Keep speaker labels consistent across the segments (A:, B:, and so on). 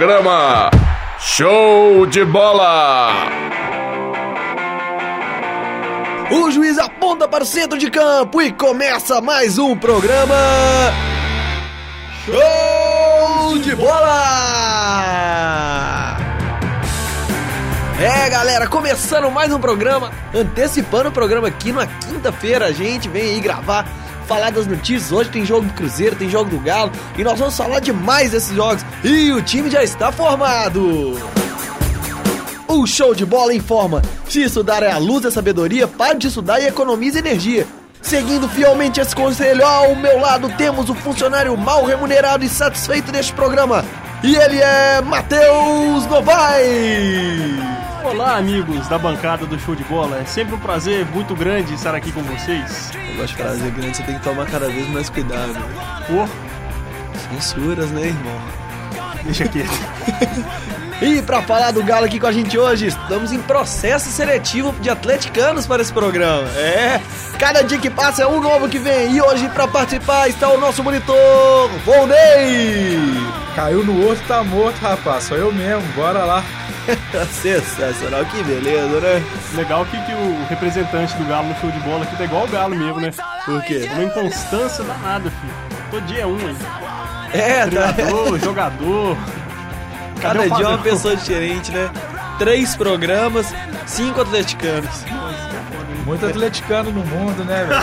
A: Programa Show de Bola!
B: O juiz aponta para o centro de campo e começa mais um programa. Show de bola! É, galera, começando mais um programa, antecipando o programa aqui na quinta-feira, a gente vem aí gravar, falar das notícias. Hoje tem jogo do Cruzeiro, tem jogo do Galo e nós vamos falar demais desses jogos. E o time já está formado. O show de bola informa: se estudar é a luz da sabedoria, pare de estudar e economize energia. Seguindo fielmente esse conselho, ao meu lado temos o funcionário mal remunerado e satisfeito deste programa. E ele é Matheus Novaes!
C: Olá, amigos da bancada do Show de Bola. É sempre um prazer muito grande estar aqui com vocês.
B: Eu gosto de frase grande, você tem que tomar cada vez mais cuidado.
C: Pô,
B: Censuras, né, irmão?
C: deixa quieto.
B: E pra falar do Galo aqui com a gente hoje, estamos em processo seletivo de atleticanos para esse programa. É, cada dia que passa é um novo que vem. E hoje pra participar está o nosso monitor, Volney.
D: Caiu no outro, tá morto, rapaz. Sou eu mesmo, bora lá.
B: Sensacional, que beleza, né?
C: Legal que, que o representante do Galo no Show de Bola aqui tá igual o Galo mesmo, né?
B: Por quê?
C: Uma inconstância danada, filho. Todo dia é um aí.
B: É, tá.
C: Treinador, jogador. Cadê
B: Cada
C: o
B: dia é uma
C: Fabão?
B: pessoa diferente, né? Três programas, cinco atleticanos.
D: Muito atleticano no mundo, né, velho?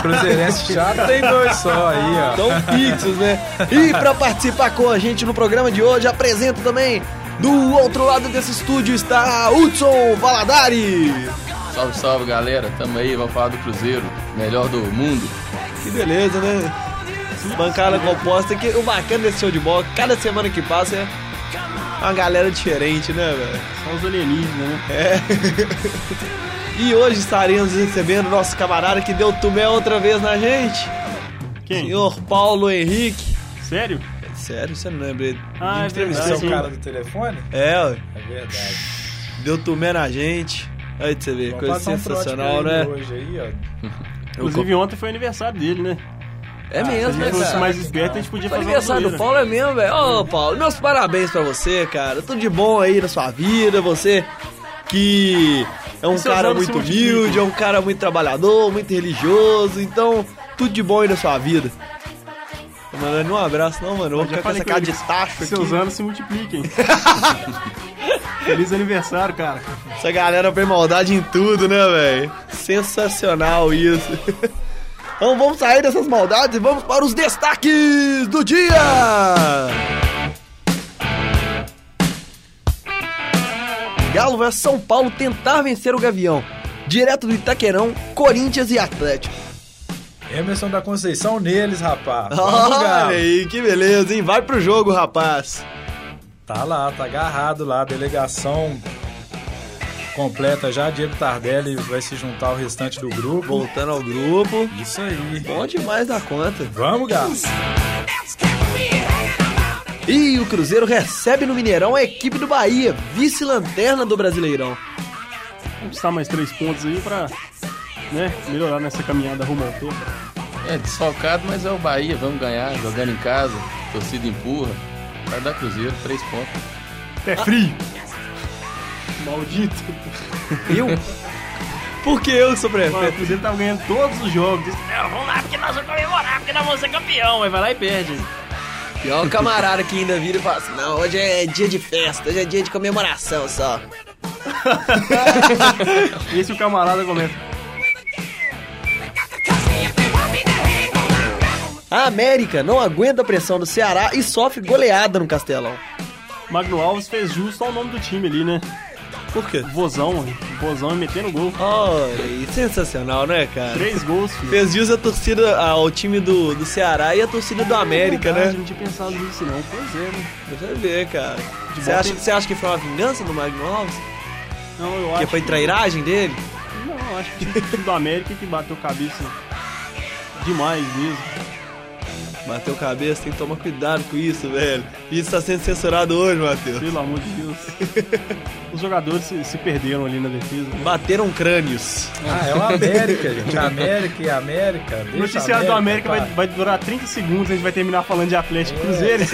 D: Cruzeirense chato tem dois só aí, ó. É
B: Tão fixos, né? E pra participar com a gente no programa de hoje, apresento também. Do outro lado desse estúdio está Hudson Valadares.
E: Salve, salve galera, tamo aí, vamos falar do Cruzeiro, melhor do mundo.
B: Que beleza, né? Bancada composta que o bacana desse show de bola, cada semana que passa é uma galera diferente, né, velho?
C: São os alienígenas, né?
B: E hoje estaremos recebendo nosso camarada que deu tumé outra vez na gente,
C: Quem?
B: senhor Paulo Henrique.
C: Sério?
B: Sério, você não lembra? ele?
C: Ah, é
D: Esse é
C: verdade.
D: o cara do telefone?
B: É, ué.
D: É verdade.
B: deu tumé na gente. Aí pra você ver,
D: Vamos
B: coisa
D: passar um
B: sensacional,
D: trote pra
B: né?
D: ele Hoje aí, ó.
B: Eu
C: Inclusive ontem foi aniversário dele, né?
B: É
C: Se a
B: mesmo,
C: gente
B: né,
C: fosse
B: cara?
C: mais esperto, a gente podia
B: Foi
C: fazer uma
B: aniversário do
C: zoeira.
B: Paulo é mesmo, velho. Ô, Paulo, meus parabéns pra você, cara. Tudo de bom aí na sua vida. Você que é um
C: Esses
B: cara
C: anos se
B: muito
C: multiplicam.
B: humilde, é um cara muito trabalhador, muito religioso. Então, tudo de bom aí na sua vida. Tô mandando um abraço, não, mano. Eu Vou ficar
C: Já
B: com
C: falei
B: essa
C: com
B: cara
C: ele.
B: de tacho aqui.
C: Seus anos se multipliquem. Feliz aniversário, cara.
B: Essa galera põe maldade em tudo, né, velho? Sensacional isso. Então vamos sair dessas maldades e vamos para os destaques do dia! Galo vai a São Paulo tentar vencer o Gavião. Direto do Itaquerão, Corinthians e Atlético.
D: Emerson da Conceição neles, rapaz. Vamos,
B: Olha
D: Galo.
B: aí, que beleza, hein? Vai pro jogo, rapaz.
D: Tá lá, tá agarrado lá. A delegação completa já. Diego Tardelli vai se juntar ao restante do grupo.
B: Voltando ao grupo.
D: Isso aí.
B: Bom demais da conta.
D: Vamos, Galo.
B: E o Cruzeiro recebe no Mineirão a equipe do Bahia, vice-lanterna do Brasileirão.
C: conquistar mais três pontos aí pra né, melhorar nessa caminhada rumo ao topo.
E: É desfalcado, mas é o Bahia, vamos ganhar, jogando em casa, torcida empurra. Vai dar Cruzeiro, três pontos.
C: Pé frio! Maldito!
B: Eu? Por que eu sou
C: Mano, o
B: prefeito?
C: Cruzeiro tava ganhando todos os jogos. Não, vamos lá, porque nós vamos comemorar, porque nós vamos ser campeão. Aí vai lá e perde.
B: E ó, o camarada que ainda vira e fala assim: não, hoje é dia de festa, hoje é dia de comemoração só.
C: E esse o camarada começa.
B: A América não aguenta a pressão do Ceará e sofre goleada no Castelão.
C: Magno Alves fez justo ao nome do time ali, né?
B: Por quê?
C: Vozão, vozão e metendo gol.
B: Olha, aí, sensacional, né, cara?
C: Três gols, filho.
B: Fez dias a torcida ao time do, do Ceará e a torcida do América,
C: Verdade,
B: né?
C: Não tinha pensado nisso, não. Pois é, né?
B: Você vê, cara. Você
C: bom
B: acha,
C: tem-
B: você acha que foi uma vingança do Magno Alves?
C: Não, eu
B: Que é
C: acho.
B: foi trairagem dele?
C: Não, eu acho que o time do América que bateu cabeça demais mesmo.
B: Bateu cabeça, tem que tomar cuidado com isso, velho. Isso tá sendo censurado hoje, Matheus.
C: Pelo amor de Deus. Os jogadores se, se perderam ali na defesa. né?
B: Bateram crânios.
D: Ah, é o América, gente. América e América.
C: O
D: Deixa
C: noticiário do
D: a
C: América vai,
D: pá.
C: vai durar 30 segundos, a gente vai terminar falando de
B: É,
C: Atlético e Cruzeiro.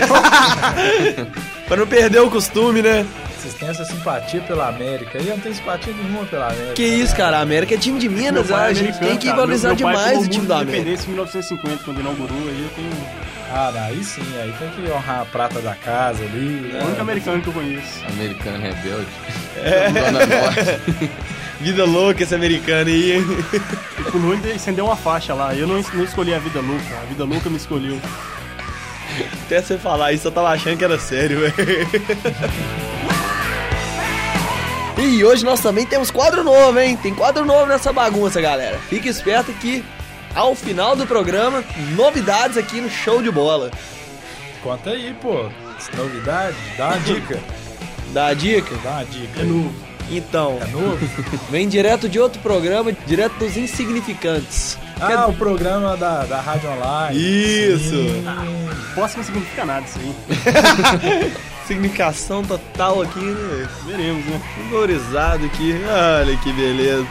B: Pra não perder o costume, né?
D: Assistência, simpatia pela América. E eu não tenho simpatia nenhuma pela América.
B: Que isso, cara. A América é time de
C: Meu
B: Minas,
C: pai
B: a
C: é
B: gente
C: americano,
B: tem que
C: cara.
B: valorizar
C: Meu- meu pai é
B: demais
C: tomou
B: o time
C: muito
B: da América.
C: Independência em 1950, quando inaugurou, aí eu tenho.
D: Ah, não, aí sim, aí tem que honrar a prata da casa ali. né?
C: É o único americano que eu conheço.
E: Americano rebelde. Zona Norte.
B: Vida louca esse americano aí, hein?
C: E o Lula acendeu uma faixa lá. Eu não, não escolhi a vida louca, a vida louca me escolheu.
B: Até você falar isso, eu tava achando que era sério, velho. E hoje nós também temos quadro novo, hein? Tem quadro novo nessa bagunça, galera. Fique esperto que ao final do programa, novidades aqui no show de bola.
D: Conta aí, pô. Novidade? Dá uma dica.
B: Dá a dica?
D: Dá uma dica. É novo.
B: Então,
D: É novo?
B: vem direto de outro programa, direto dos insignificantes.
D: Ah, o programa da, da rádio online.
B: Isso!
C: Posso não significa nada isso aí.
B: Significação total aqui, né?
C: Veremos, né?
B: Valorizado aqui. Olha que beleza.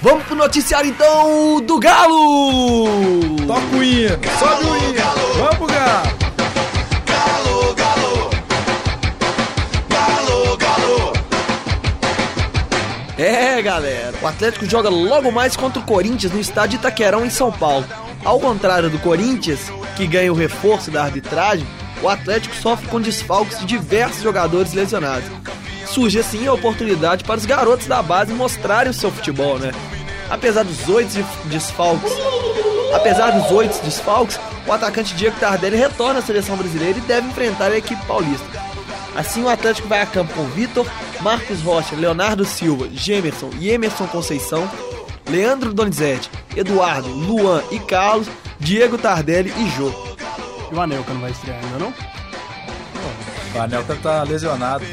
B: Vamos pro noticiário então do Galo!
D: Toca o hino. Sobe o hino. Vamos, Galo.
B: É, galera. O Atlético joga logo mais contra o Corinthians no estádio Itaquerão, em São Paulo. Ao contrário do Corinthians, que ganha o reforço da arbitragem, o Atlético sofre com desfalques de diversos jogadores lesionados. Surge assim a oportunidade para os garotos da base mostrarem o seu futebol, né? Apesar dos oito de- desfalques, apesar dos oito desfalques, o atacante Diego Tardelli retorna à seleção brasileira e deve enfrentar a equipe paulista. Assim, o Atlético vai a campo com Vitor, Marcos Rocha, Leonardo Silva, Gemerson e Emerson Conceição, Leandro Donizete, Eduardo, Luan e Carlos, Diego Tardelli e Jô.
C: E o Anelka não vai estrear ainda, não?
D: O Anelka tá lesionado.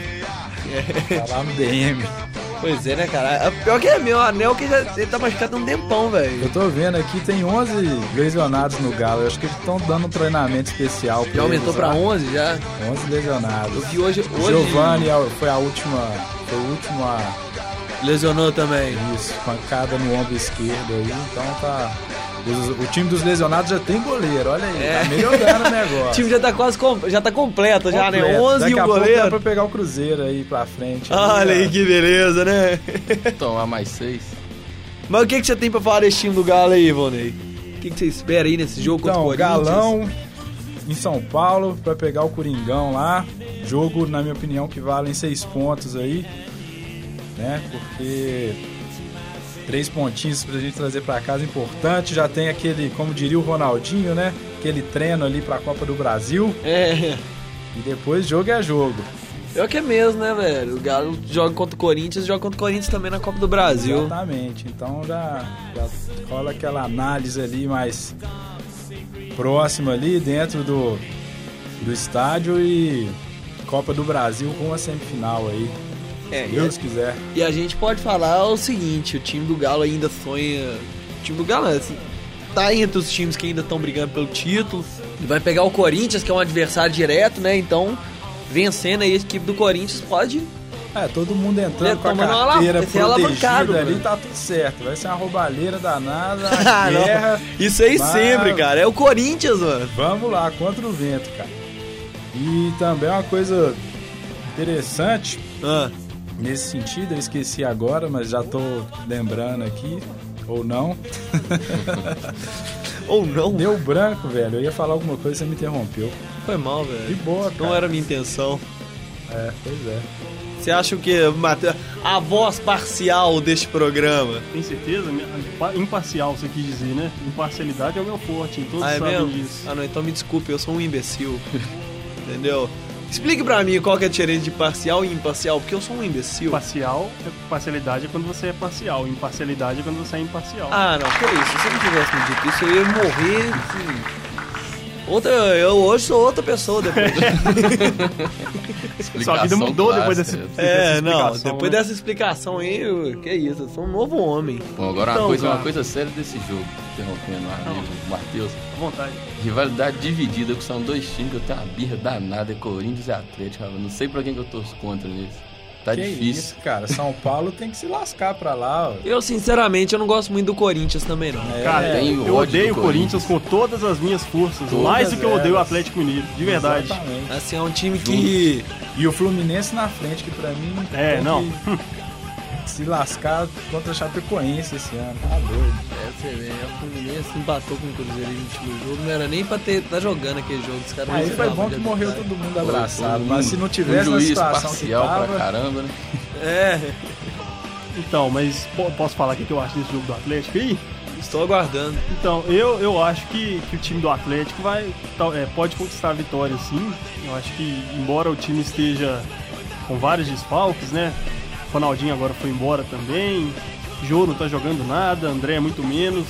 D: Tá lá no DM.
B: Pois é, né, cara? A Pior que é meu, o anel que já ele tá machucado há um tempão, velho.
D: Eu tô vendo aqui, tem 11 lesionados no Galo. Eu acho que eles estão dando um treinamento especial.
B: Já aumentou
D: eles,
B: pra
D: né?
B: 11 já.
D: 11 lesionados.
B: Eu vi hoje.
D: O
B: hoje
D: Giovanni é o- foi a última. Foi o último a
B: Lesionou também.
D: isso, pancada no ombro esquerdo aí, então tá. os- o time dos lesionados já tem goleiro, olha aí, tá melhorando o
B: O
D: negócio.
B: É. time já tá quase com- já tá completo, já, né?
D: Completo.
B: 11
D: Daqui
B: e
D: a
B: o
D: pouco Dá pra
B: goleiro.
D: pegar o Cruzeiro aí pra frente. né?
B: Olha aí que beleza, né?
E: Tomar mais seis.
B: Mas o que, que você tem pra falar desse time do Galo aí, Ivonei? O que, que você espera aí nesse jogo
D: Então,
B: contra o Corinthians?
D: Galão em São Paulo pra pegar o Coringão lá. Jogo, na minha opinião, que valem seis pontos aí, né? Porque três pontinhos pra gente trazer pra casa é importante. Já tem aquele, como diria o Ronaldinho, né? Aquele treino ali pra Copa do Brasil.
B: É,
D: E depois jogo é jogo.
B: pior que é mesmo, né, velho? O Galo joga contra o Corinthians, joga contra o Corinthians também na Copa do Brasil.
D: Exatamente. Então já, já rola aquela análise ali mais próxima ali dentro do, do estádio e Copa do Brasil com a semifinal aí.
B: É,
D: Se
B: e
D: Deus quiser.
B: E a gente pode falar o seguinte, o time do Galo ainda sonha. O time do Galo assim, tá entre os times que ainda estão brigando pelo título. Ele vai pegar o Corinthians, que é um adversário direto, né? Então, vencendo aí a equipe do Corinthians pode.
D: É, todo mundo entrando
B: É,
D: com a
B: tomando uma
D: carteira
B: alav- esse é alavancado,
D: protegida ali,
B: mano.
D: tá tudo certo. Vai ser uma roubalheira danada,
B: Ah, não.
D: guerra.
B: Isso aí
D: Mas-
B: sempre, cara. É o Corinthians, mano.
D: Vamos lá, contra o vento, cara. E também uma coisa interessante
B: Ah,
D: Nesse sentido, eu esqueci agora, mas já tô lembrando aqui, ou não.
B: ou não,
D: Deu branco, velho. Eu ia falar alguma coisa e você me interrompeu.
B: foi mal,
D: De
B: velho.
D: boa, cara.
B: Não era a minha intenção.
D: É, pois é.
B: Você acha o quê, Matheus? A voz parcial deste programa.
C: Tem certeza? Minha- impa- Imparcial, você quis dizer, né? Imparcialidade é o meu forte, todos
B: Ah, é
C: sabem
B: mesmo?
C: disso.
B: Ah, não, então me desculpe, eu sou um imbecil. Entendeu? Explique pra mim qual que é a diferença de parcial e imparcial, porque eu sou um imbecil.
C: Parcial, é- parcialidade é quando você é parcial, imparcialidade é quando você é imparcial.
B: Ah, não, que isso, se você não tivesse me dito isso, eu ia morrer, assim, Outra, eu hoje sou outra pessoa depois.
C: Sua vida mudou depois desse.
A: clássica.
B: é, não,
C: explicação,
B: depois
C: né?
B: dessa explicação aí, eu- que isso, eu sou um novo homem.
A: Bom, agora
C: Então,
A: uma, coisa,
C: cara.
A: uma coisa séria desse jogo, interrompendo o
D: Então.
A: amigo Matheus.
C: À vontade.
A: Rivalidade dividida, que são dois times que eu tenho uma birra danada, é Corinthians e Atlético. Eu não sei pra quem que eu torço contra nisso. Tá
D: que
A: difícil.
D: isso, cara. São Paulo tem que se lascar pra lá. ó.
B: Eu, sinceramente, eu não gosto muito do Corinthians também, não.
D: É,
C: Cara,
A: tem
C: eu
A: ódio
C: odeio
A: do
C: o Corinthians com todas as minhas forças. mais do que eu
D: elas.
C: odeio o Atlético Mineiro, de verdade.
D: exatamente.
B: Assim, é um time que.
D: E o Fluminense na frente, que pra mim
C: É,
D: tem
C: não.
D: que se lascar contra a Chapecoense esse ano. Tá doido.
B: É, você vê, o Fluminense empatou com o Cruzeiro no último jogo. Não era nem pra ter, tá jogando aquele jogo. Os caras
D: Aí
B: não
D: foi
B: jogavam
D: bom
B: de
D: que morreu
B: habilidade.
D: é. todo mundo
A: Foi
D: abraçado.
A: um-
D: Mas se não tivesse
A: um
D: na
A: juiz
D: situação que
A: parcial pra
D: tava,
A: caramba, né?
B: É,
C: Então, mas po- posso falar o que que eu acho desse jogo do Atlético aí?
B: estou aguardando.
C: Então, eu, eu acho que, que o time do Atlético vai, tal- é, pode conquistar a vitória, sim. Eu acho que, embora o time esteja com vários desfalques, né? Ronaldinho agora foi embora também. Jô não tá jogando nada, André é muito menos.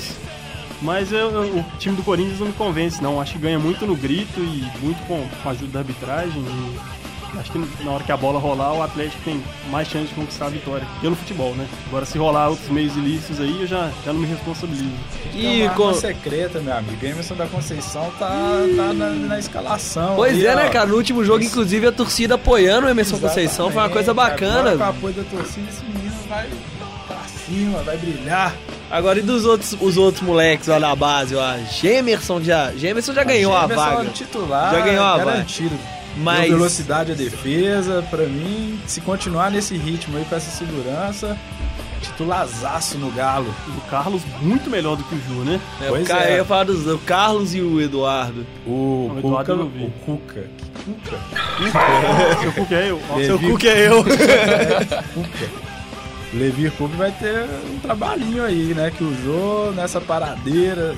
C: Mas eu- eu- o time do Corinthians não me convence, não. Acho que ganha muito no grito e muito com, com a ajuda da arbitragem. E acho que na hora que a bola rolar, o Atlético tem mais chance de conquistar a vitória. Pelo futebol, né? Agora, se rolar outros meios ilícitos aí, eu já, já não me responsabilizo.
D: E
B: E
D: uma
B: com...
D: arma secreta, meu amigo. Emerson da Conceição tá, tá na, na escalação.
B: Pois
D: ali,
B: é, né,
D: ó.
B: cara? No último jogo, inclusive, a torcida apoiando o Emerson Conceição. Foi uma coisa
D: Exatamente. Agora, tá
B: bacana.
D: com o apoio da torcida, esse menino vai pra cima, vai brilhar.
B: Agora, e dos outros, os outros moleques lá da base, ó? Gemerson já, Gemerson já ganhou a
D: Jefferson é o
B: vaga.
D: titular,
B: Já ganhou a vaga.
D: garantido.
B: Mas-
D: Deu velocidade à defesa, pra mim, se continuar nesse ritmo aí, com essa segurança, titularzaço no Galo.
C: O Carlos muito melhor do que o Ju, né?
B: É, o
D: Pois
B: cara,
D: é.
B: eu ia falar dos o Carlos e o Eduardo.
D: O,
C: Não,
D: Cuca,
C: Eduardo eu não vi.
D: o Cuca, que Cuca,
C: Seu Cuca é eu. Nossa,
D: Ele-
C: eu-
D: Seu cu
B: que é eu.
D: Cuca. O Levir Cuca vai ter um trabalhinho aí, né? Que o Jô, nessa paradeira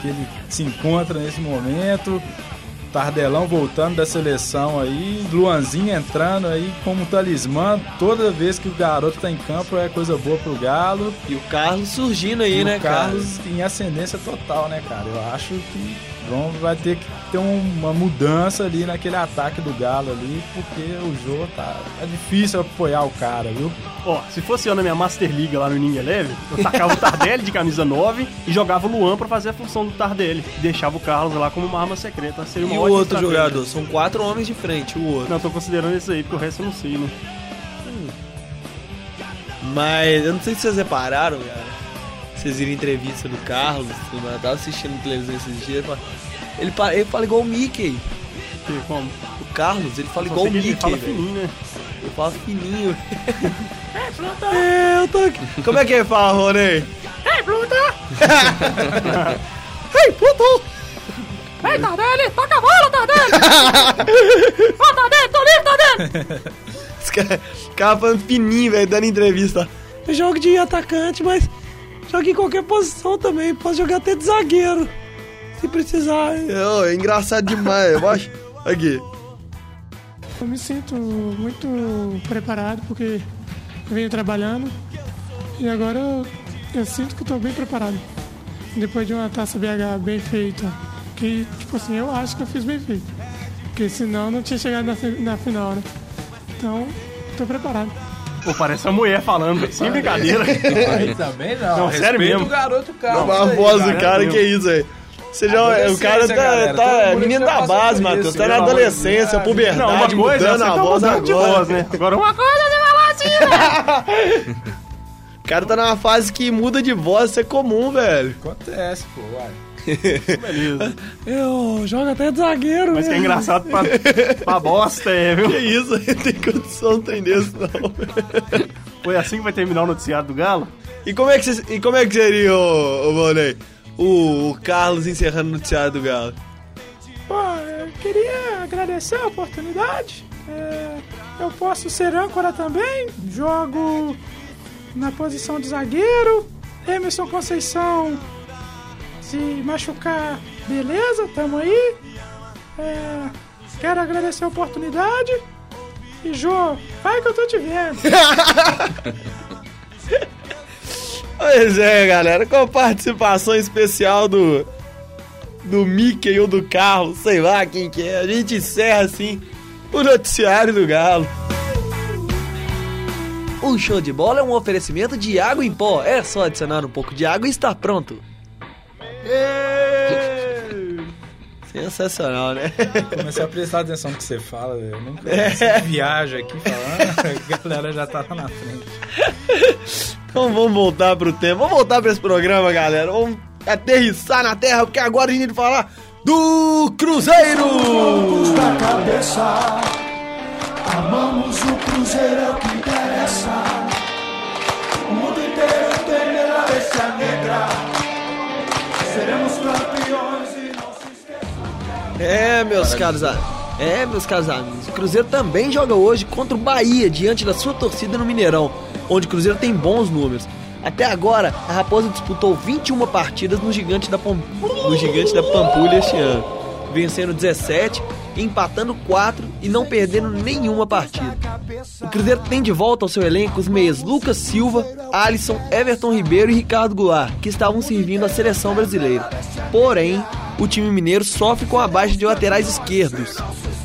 D: que ele se encontra nesse momento, Tardelão voltando da seleção aí, Luanzinho entrando aí como talismã, toda vez que o garoto tá em campo é coisa boa pro Galo.
B: E o Carlos surgindo aí,
D: E
B: né,
D: o
B: Carlos?
D: Carlos em ascendência total, né, cara? Eu acho que vão, vai ter que ter um, uma mudança ali naquele ataque do Galo ali, porque o Jô tá, tá difícil apoiar o cara, viu?
C: Ó, se fosse eu na minha Master League lá no Ninja Leve, eu tacava o Tardelli de camisa 9 e jogava o Luan pra fazer a função do Tardelli. Deixava o Carlos lá como uma arma secreta. Seria uma
B: E o
C: ótima
B: outro
C: estratégia.
B: jogador? São quatro homens de frente, o outro.
C: Não, eu tô considerando isso aí, porque o resto eu não sei, né?
B: Mas eu não sei se vocês repararam, cara. Vocês viram entrevista do Carlos, eu tava assistindo televisão esses dias, ele fala, ele, pa- ele fala igual o Mickey.
C: Porque, como?
B: O Carlos, ele fala
C: Só
B: igual o
C: sei que ele
B: Mickey,
C: fala
B: velho.
C: fininho, né?
B: Ele fala fininho. É, eu tô aqui. Como é que ele fala, Rony? Ei, Pluto! Ei, Pluto!
F: Ei, Tardelli, toca a bola, Tardelli! Ó, Tardelli, tô livre, Tardelli!
B: Os caras cara falando fininho, velho, dando entrevista. Eu jogo de atacante, mas jogo em qualquer posição também. Posso jogar até de zagueiro. Se precisar. É, engraçado demais, eu acho. Aqui.
G: Eu me sinto muito preparado porque venho trabalhando e agora eu, eu sinto que estou bem preparado. Depois de uma taça BH bem feita, que tipo assim, eu acho que eu fiz bem feito. Porque senão eu não tinha chegado na, fi- na final, né? Então, estou preparado.
C: Pô, parece uma mulher falando, sem brincadeira.
D: Aí também não.
C: Não, sério
D: Respeita
C: mesmo.
D: o garoto
B: Não,
D: Carlos.
B: mas a
D: aí,
B: voz do
C: cara,
B: cara,
C: meu.
B: que isso aí. Você já, o cara
D: Adolescência,
B: tá,
D: galera, todo
B: tá
D: mundo
B: menino
D: já
B: da
D: passou
B: base,
D: por
B: Matheus.
D: isso,
B: Tá na
D: pelo amor de
B: adolescência,
D: Deus.
C: Não, uma
B: puberdade,
C: coisa é
B: mudando
C: você
B: a
C: tá
B: voz
C: mudando de
B: agora.
C: voz, né? Agora uma coisa.
F: Olha, você vai lá assim, né?
B: O cara tá numa fase que muda de voz, isso é comum, velho.
D: Acontece, pô, uai.
C: Beleza.
B: Eu jogo até de zagueiro,
C: é Mas que é engraçado pra, pra bosta, é,
B: Que
C: viu?
B: isso, não tem condição de entender isso, não.
C: Foi assim que vai terminar o noticiário do Galo?
B: E como é que, cês- e como é que seria, ô, ô Volney, o, o Carlos encerrando o noticiário do Galo?
G: Pô, eu queria agradecer a oportunidade. É, eu posso ser âncora também. Jogo na posição de zagueiro. Emerson Conceição se machucar, beleza, tamo aí. É, quero agradecer a oportunidade. E Jô, vai que eu tô te vendo.
B: Pois é, galera, com a participação especial do do Mickey ou do Carlos, sei lá quem que é. A gente encerra assim o noticiário do Galo. O show de bola é um oferecimento de água em pó. É só adicionar um pouco de água e está pronto. Sensacional, né?
D: Começar a prestar atenção no que você fala, velho. Eu Nunca você viaja aqui falando, a galera já tá lá na frente.
B: Então vamos voltar pro tema. Vamos voltar pra esse programa, galera. Vamos aterrissar na terra, porque agora a gente vai falar do Cruzeiro!
H: da cabeça. Amamos o Cruzeiro, é o que interessa. O mundo inteiro tem nela essa negra. Seremos campeões e não se esqueça.
B: É, meus caros a- É, meus caros amigos, o Cruzeiro também joga hoje contra o Bahia, diante da sua torcida no Mineirão, onde o Cruzeiro tem bons números. Até agora, a Raposa disputou 21 partidas no Gigante da, Pam... no Gigante da Pampulha este ano, vencendo 17, empatando 4 e não perdendo nenhuma partida. O Cruzeiro tem de volta ao seu elenco os meias Lucas Silva, Alisson, Everton Ribeiro e Ricardo Goulart, que estavam servindo à seleção brasileira. Porém, o time mineiro sofre com a baixa de laterais esquerdos.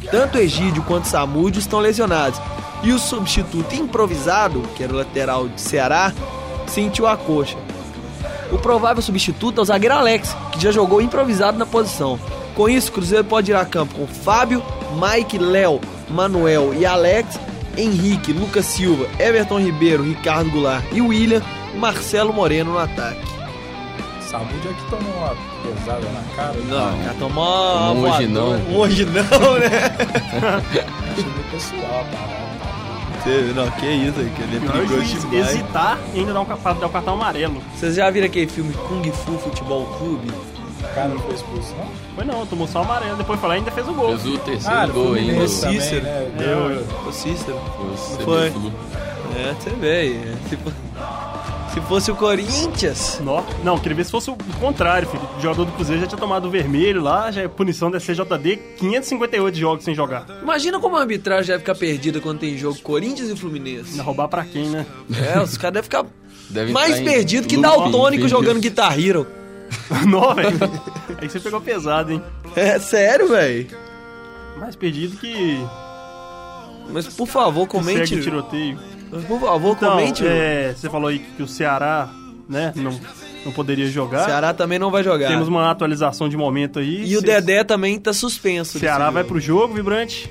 B: Tanto Egídio quanto Samúdio estão lesionados. E o substituto improvisado, que era o lateral de Ceará, sentiu a coxa. O provável substituto é o zagueiro Alex, que já jogou improvisado na posição. Com isso, o Cruzeiro pode ir a campo com Fábio, Mike, Léo, Manuel e Alex, Henrique, Lucas Silva, Everton Ribeiro, Ricardo Goulart e William, Marcelo Moreno no ataque.
D: Saúde é que tomou uma pesada na cara. né?
B: Não, cara, tomou
E: Não, Tá. hoje não.
B: Hoje não, né?
D: do é pessoal, cara.
B: Não, que isso aí, que ele
C: Pior é o juiz hesitar e ainda dar, um, ca- dar o cartão amarelo.
B: Vocês já viram aquele filme Kung Fu Futebol Clube?
D: O cara não foi expulso, não?
C: Foi não, tomou só amarelo. Depois foi lá e ainda fez o gol. É,
E: Fez o terceiro
D: Ah,
E: gol
D: foi
E: ainda.
D: Mineiro também,
B: Cícero.
D: né?
C: Eu-
D: Deu-
B: O Cícero.
E: Você
B: Foi.
E: viu?
B: É, você vê. é. Se, fo- se fosse o Corinthians.
C: Nó. Não, queria ver se fosse o contrário, filho. O jogador do Cruzeiro já tinha tomado o vermelho lá, já é punição da CJD, 558 jogos sem jogar.
B: Imagina como a arbitragem deve ficar perdida quando tem jogo Corinthians e Fluminense.
C: Ainda roubar pra quem, né?
B: É, os caras devem ficar
E: Deve
B: mais
E: tá em
B: perdido que
E: looping,
B: Daltônico
E: perdido.
B: jogando Guitar Hero.
C: Nó, velho. Aí você pegou pesado, hein?
B: É sério, velho.
C: Mais perdido que
B: Mas por favor, comente.
C: segue o tiroteio.
B: Mas, por favor,
C: é Então,
B: comente.
C: é, você falou aí que o Ceará, né, não, não poderia jogar.
B: Ceará também não vai jogar.
C: Temos uma atualização de momento aí.
B: E o
C: Se-
B: Dedé também tá suspenso.
C: Ceará
B: desse
C: vai
B: jogo.
C: pro jogo, Vibrante.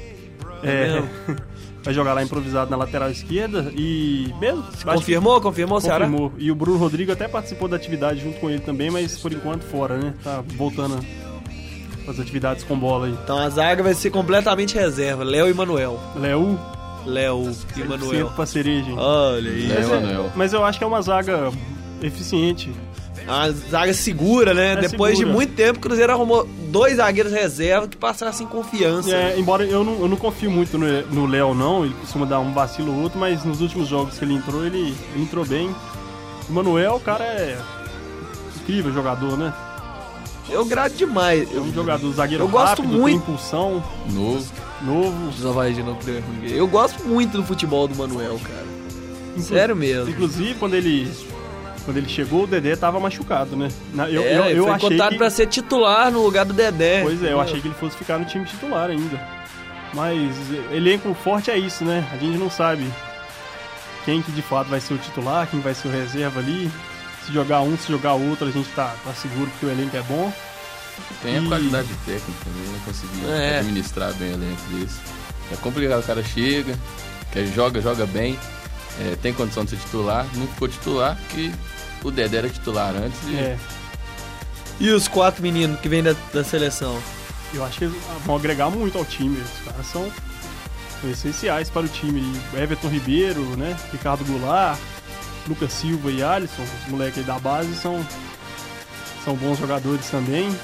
C: É,
B: mesmo?
C: vai jogar lá improvisado na lateral esquerda e mesmo. acho que
B: Confirmou? Confirmou o Ceará?
C: confirmou. E o Bruno Rodrigo até participou da atividade junto com ele também, mas por enquanto fora, né? Tá voltando as atividades com bola aí.
B: Então a zaga vai ser completamente reserva. Léo e Manuel.
C: Léo,
B: Léo e Manuel.
C: sempre pra cereja, hein?
B: Olha aí.
E: Léo
C: Mas é-
E: Manuel.
C: Mas eu acho que é uma zaga eficiente.
B: A zaga segura, né?
C: É
B: Depois de
C: segura.
B: muito tempo, o Cruzeiro arrumou dois zagueiros reserva que passassem confiança.
C: É, embora eu não, eu não confio muito no no Léo, não. Ele costuma dar um vacilo ou outro, mas nos últimos jogos que ele entrou, ele, ele entrou bem. O Manuel, o cara é incrível jogador, né?
B: Eu grado demais.
C: É um
B: Eu,
C: jogador zagueiro
B: Eu gosto
C: rápido,
B: muito.
C: tem impulsão,
E: Novo.
C: novo.
B: Só vai de novo pro Premier League. eu gosto muito do futebol do Manuel, cara. Sério mesmo.
C: Inclusive, quando ele, quando ele chegou, o Dedé tava machucado, né? Na- Eu,
B: É,
C: eu,
B: ele
C: eu
B: foi
C: achei
B: cotado
C: que...
B: pra ser titular no lugar do Dedé.
C: Pois é, eu achei que ele fosse ficar no time titular ainda. Mas eh, elenco forte é isso, né? A gente não sabe quem que de fato vai ser o titular, quem vai ser o reserva ali. Se jogar um, se jogar outro, a gente tá, tá seguro que o elenco é bom.
E: Tem
C: E-
E: a qualidade técnica, né? Não conseguiu
B: É.
E: administrar bem o elenco desse. É complicado, o cara chega, quer, joga, joga bem, é, tem condição de ser titular, não ficou titular, porque o Dedé era titular antes e
C: É,
B: E os quatro meninos que vêm da, da seleção?
C: eu acho que eles vão agregar muito ao time. Os caras são são essenciais para o time. E Everton Ribeiro, né? Ricardo Goulart, Lucas Silva e Alisson, os moleques aí da base, são, são bons jogadores também.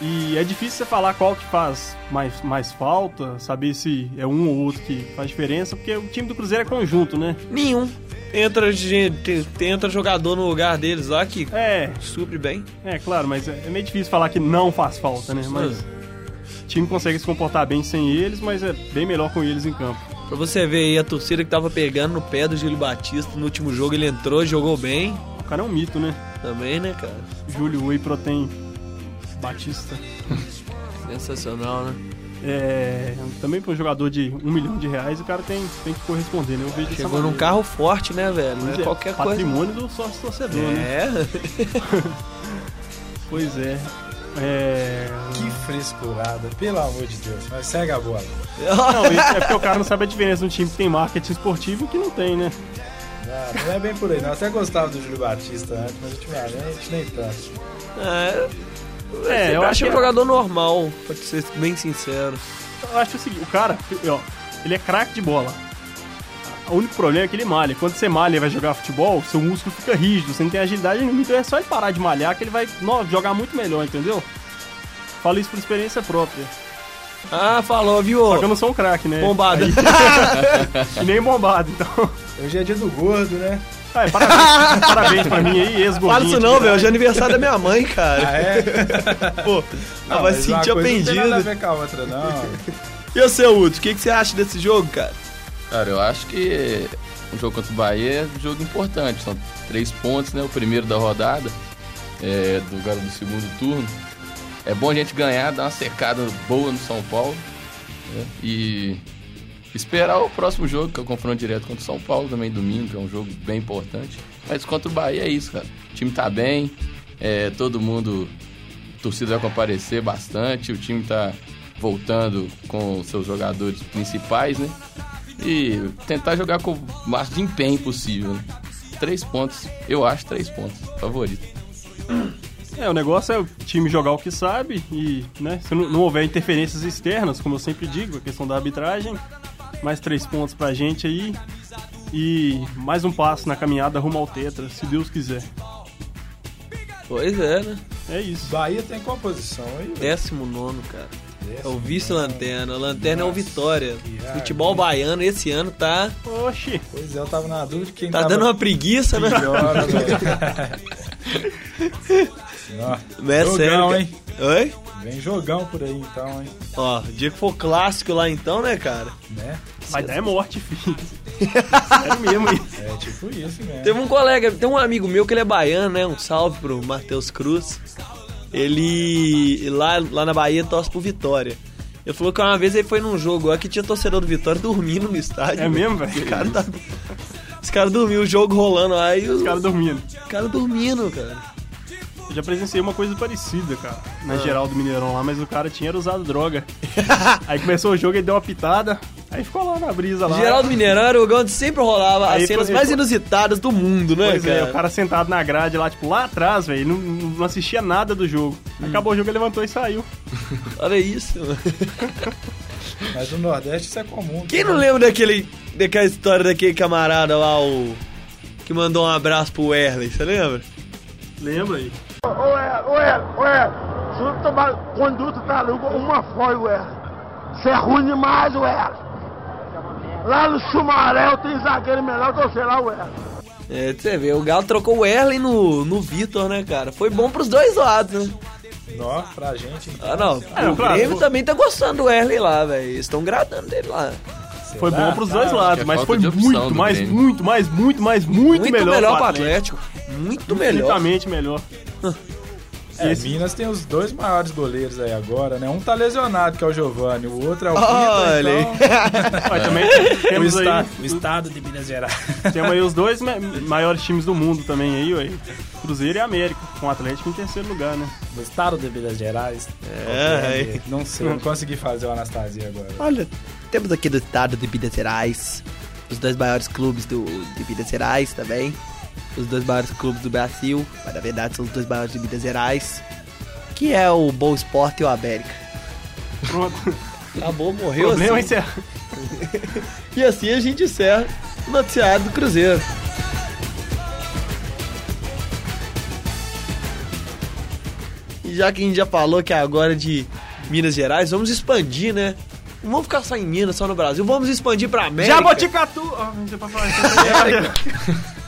C: E é difícil você falar qual que faz mais, mais falta, saber se é um ou outro que faz diferença, porque o time do Cruzeiro é conjunto, né?
B: Nenhum. Entra, gente, entra jogador no lugar deles lá que
C: É,
B: supre bem.
C: é claro, mas é é meio difícil falar que não faz falta, né? Mas o time consegue se comportar bem sem eles, mas é bem melhor com eles em campo.
B: Pra você ver aí a torcida que tava pegando no pé do Júlio Batista no último jogo, ele entrou, jogou bem
C: O cara é um mito, né?
B: também, né, cara?
C: Júlio Whey Protein Batista.
B: Sensacional, né?
C: É, também para um jogador de um milhão de reais, o cara tem, tem que corresponder, né? Eu vejo dessa
B: Chegou num
C: maneira.
B: carro forte, né, velho? Não é qualquer coisa.
C: Patrimônio do sócio torcedor, né?
B: É.
C: Pois é. É.
D: Que frescurada, pelo amor de Deus. Mas segue a bola.
C: Não, isso é porque o cara não sabe a diferença de um time que tem marketing esportivo e que não tem, né?
D: Ah, Não, é bem por aí, não. Eu até gostava do Júlio Batista antes, mas ultimamente nem tanto.
B: É,
C: É,
B: eu
C: eu acho
B: acho um
C: que-
B: jogador normal, pra ser bem sincero.
C: Eu acho o seguinte, o cara, ó, ele é craque de bola. O único problema é que ele malha. Quando você malha e vai jogar futebol, seu músculo fica rígido, você não tem agilidade nenhuma. Então é só ele parar de malhar que ele vai no- jogar muito melhor, entendeu? Falo isso por experiência própria.
B: Ah, falou, viu?
C: Só que eu não sou um craque, né?
B: Bombado.
C: E nem bombado, então.
D: Hoje é dia do gordo, né?
C: Ah, é, parabéns, parabéns pra mim aí, ex
B: Fala isso não, velho. Hoje é aniversário da minha mãe, cara.
D: Ah, é?
B: Pô, ela vai
D: mas
B: se
D: uma
B: sentir
D: coisa Não tem nada a
B: ofendida.
D: ver com a outra, não.
B: E o seu, Uto, o que, que você acha desse jogo, cara?
E: Cara, eu acho que um jogo contra o Bahia é um jogo importante. São três pontos, né? O primeiro da rodada, é, do cara do segundo turno. É bom a gente ganhar, dar uma secada boa no São Paulo. né? E esperar o próximo jogo, que é o confronto direto contra o São Paulo, também domingo, que é um jogo bem importante. Mas contra o Bahia é isso, cara. O time tá bem, é, todo mundo. A torcida vai comparecer bastante, o time tá voltando com seus jogadores principais, né? E tentar jogar com o máximo de empenho possível. né? Três pontos, eu acho três pontos, favorito.
C: É, o negócio é o time jogar o que sabe e, né, se não, não houver interferências externas, como eu sempre digo, a questão da arbitragem, mais três pontos pra gente aí e mais um passo na caminhada rumo ao Tetra, se Deus quiser.
B: Pois é, né?
C: É isso.
D: Bahia tem composição aí.
B: Décimo nono, cara. É o
D: Décimo
B: vice-lanterna. Lanterna é o Vitória.
D: raiva.
B: Futebol baiano esse ano tá,
C: Oxi,
D: Pois é, eu tava na dúvida de quem
B: tá
D: tava
B: dando uma preguiça, né?
D: pior, né, velho?
B: Não é
D: Jogão,
B: sério. cara.
D: hein?
B: Oi?
D: Ó, Vem jogão por aí então, hein?
B: Ó, o dia que for clássico lá então, né, cara?
D: Né?
C: vai dar é morte, filho. Sério mesmo. hein?
D: É tipo isso mesmo.
B: Teve um colega, tem um amigo meu que ele é baiano, né? Um salve pro Matheus Cruz. Ele lá, lá na Bahia torce pro Vitória. Ele falou que uma vez ele foi num jogo lá que tinha torcedor do Vitória dormindo no estádio.
C: É mesmo,
B: O
C: velho?
B: cara tá... Os caras dormiam, o jogo rolando lá e os
C: Os caras dormindo.
B: caras dormindo, cara.
C: Eu já presenciei uma coisa parecida, cara,
B: Ah.
C: na geral do Mineirão lá, mas o cara tinha era usado droga. aí começou o jogo, ele deu uma pitada, aí ficou lá na brisa lá.
B: Geraldo Mineirão era o lugar onde sempre rolava
C: Aí
B: as cenas
C: foi-
B: mais inusitadas do mundo, né,
C: Pois
B: cara?
C: é, o cara sentado na grade lá, tipo, lá atrás, velho, não, não assistia nada do jogo. Acabou o jogo, ele levantou e saiu.
B: Olha isso, mano.
D: Mas no Nordeste isso é comum.
B: Quem não lembra daquele, daquela história daquele camarada lá, o... Que mandou um abraço pro Erley, você lembra?
C: Lembra aí?
I: Ué, ué, ué, junto tomar conduto pra luga, uma foi, ué. Você é ruim demais, ué. Lá no Sumaré eu tenho zagueiro melhor que você lá, ué.
B: É, pra você vê, o Galo trocou o Erlen no, no Vitor, né, cara? Foi bom pros dois lados, né?
D: Nó, pra gente. então.
B: Ah, não, o
C: não, É, claro,
B: Grêmio
C: o-
B: também tá gostando do Erlen lá, velho. Eles estão gradando dele lá.
C: Foi bom pros dois
E: que
C: lados,
E: é
C: mas
E: falta
C: foi
E: de opção
C: muito,
E: do
C: mais,
E: Grêmio.
C: muito, mais, muito, mais, muito,
B: Muito
C: Um melhor,
B: melhor,
C: pro
B: pro Atlético. Muito melhor.
C: Infinitamente melhor.
D: É, Minas tem os dois maiores goleiros aí agora, né? Um tá lesionado, que é o Giovanni, o outro é o
B: Olha aí.
D: Pita,
C: Mas também
D: então... o,
C: temos
D: esta-
C: aí,
D: o estado de Minas Gerais.
C: temos aí os dois ma- maiores times do mundo também aí, ué. Cruzeiro e América, com o Atlético em terceiro lugar, né?
D: O estado de Minas Gerais.
B: É, é.
D: Não sei, não consegui fazer o Anastasia agora.
B: Olha, temos aqui do estado de Minas Gerais, os dois maiores clubes do, de Minas Gerais também, os dois maiores clubes do Brasil, mas na verdade são os dois maiores de Minas Gerais, que é o Boa Esporte e o América.
C: Pronto.
B: Acabou, morreu
C: Problema é
B: assim.
C: encerrado.
B: E assim a gente encerra o noticiário do Cruzeiro. E já que a gente já falou que é agora de Minas Gerais, vamos expandir, né? Não vamos ficar só em Minas, só no Brasil. Vamos expandir pra América.
C: Jaboticatu! Ah, não sei pra falar isso.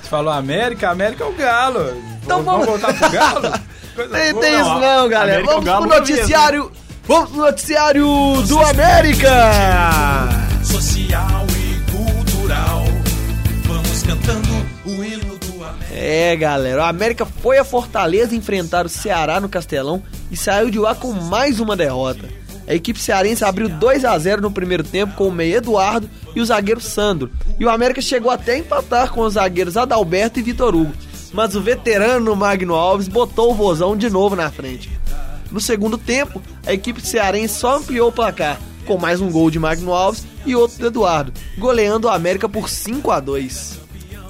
D: Você falou América? América é o Galo.
B: Então
D: vamos,
B: vamos-
D: voltar pro Galo? Coisa
B: Tem,
D: boa.
B: tem isso não, galera.
C: América é o
B: vamos
C: galo
B: pro
C: da
B: noticiário. Vamos pro noticiário do América.
H: Social e cultural. Vamos cantando o hino do amor.
B: É, galera, o América foi a Fortaleza enfrentar o Ceará no Castelão e saiu de lá com mais uma derrota. A equipe cearense abriu 2 a 0 no primeiro tempo com o meia Eduardo e o zagueiro Sandro. E o América chegou até a empatar com os zagueiros Adalberto e Vitor Hugo. Mas o veterano Magno Alves botou o vozão de novo na frente. No segundo tempo, a equipe cearense só ampliou o placar, com mais um gol de Magno Alves e outro do Eduardo, goleando o América por 5 a 2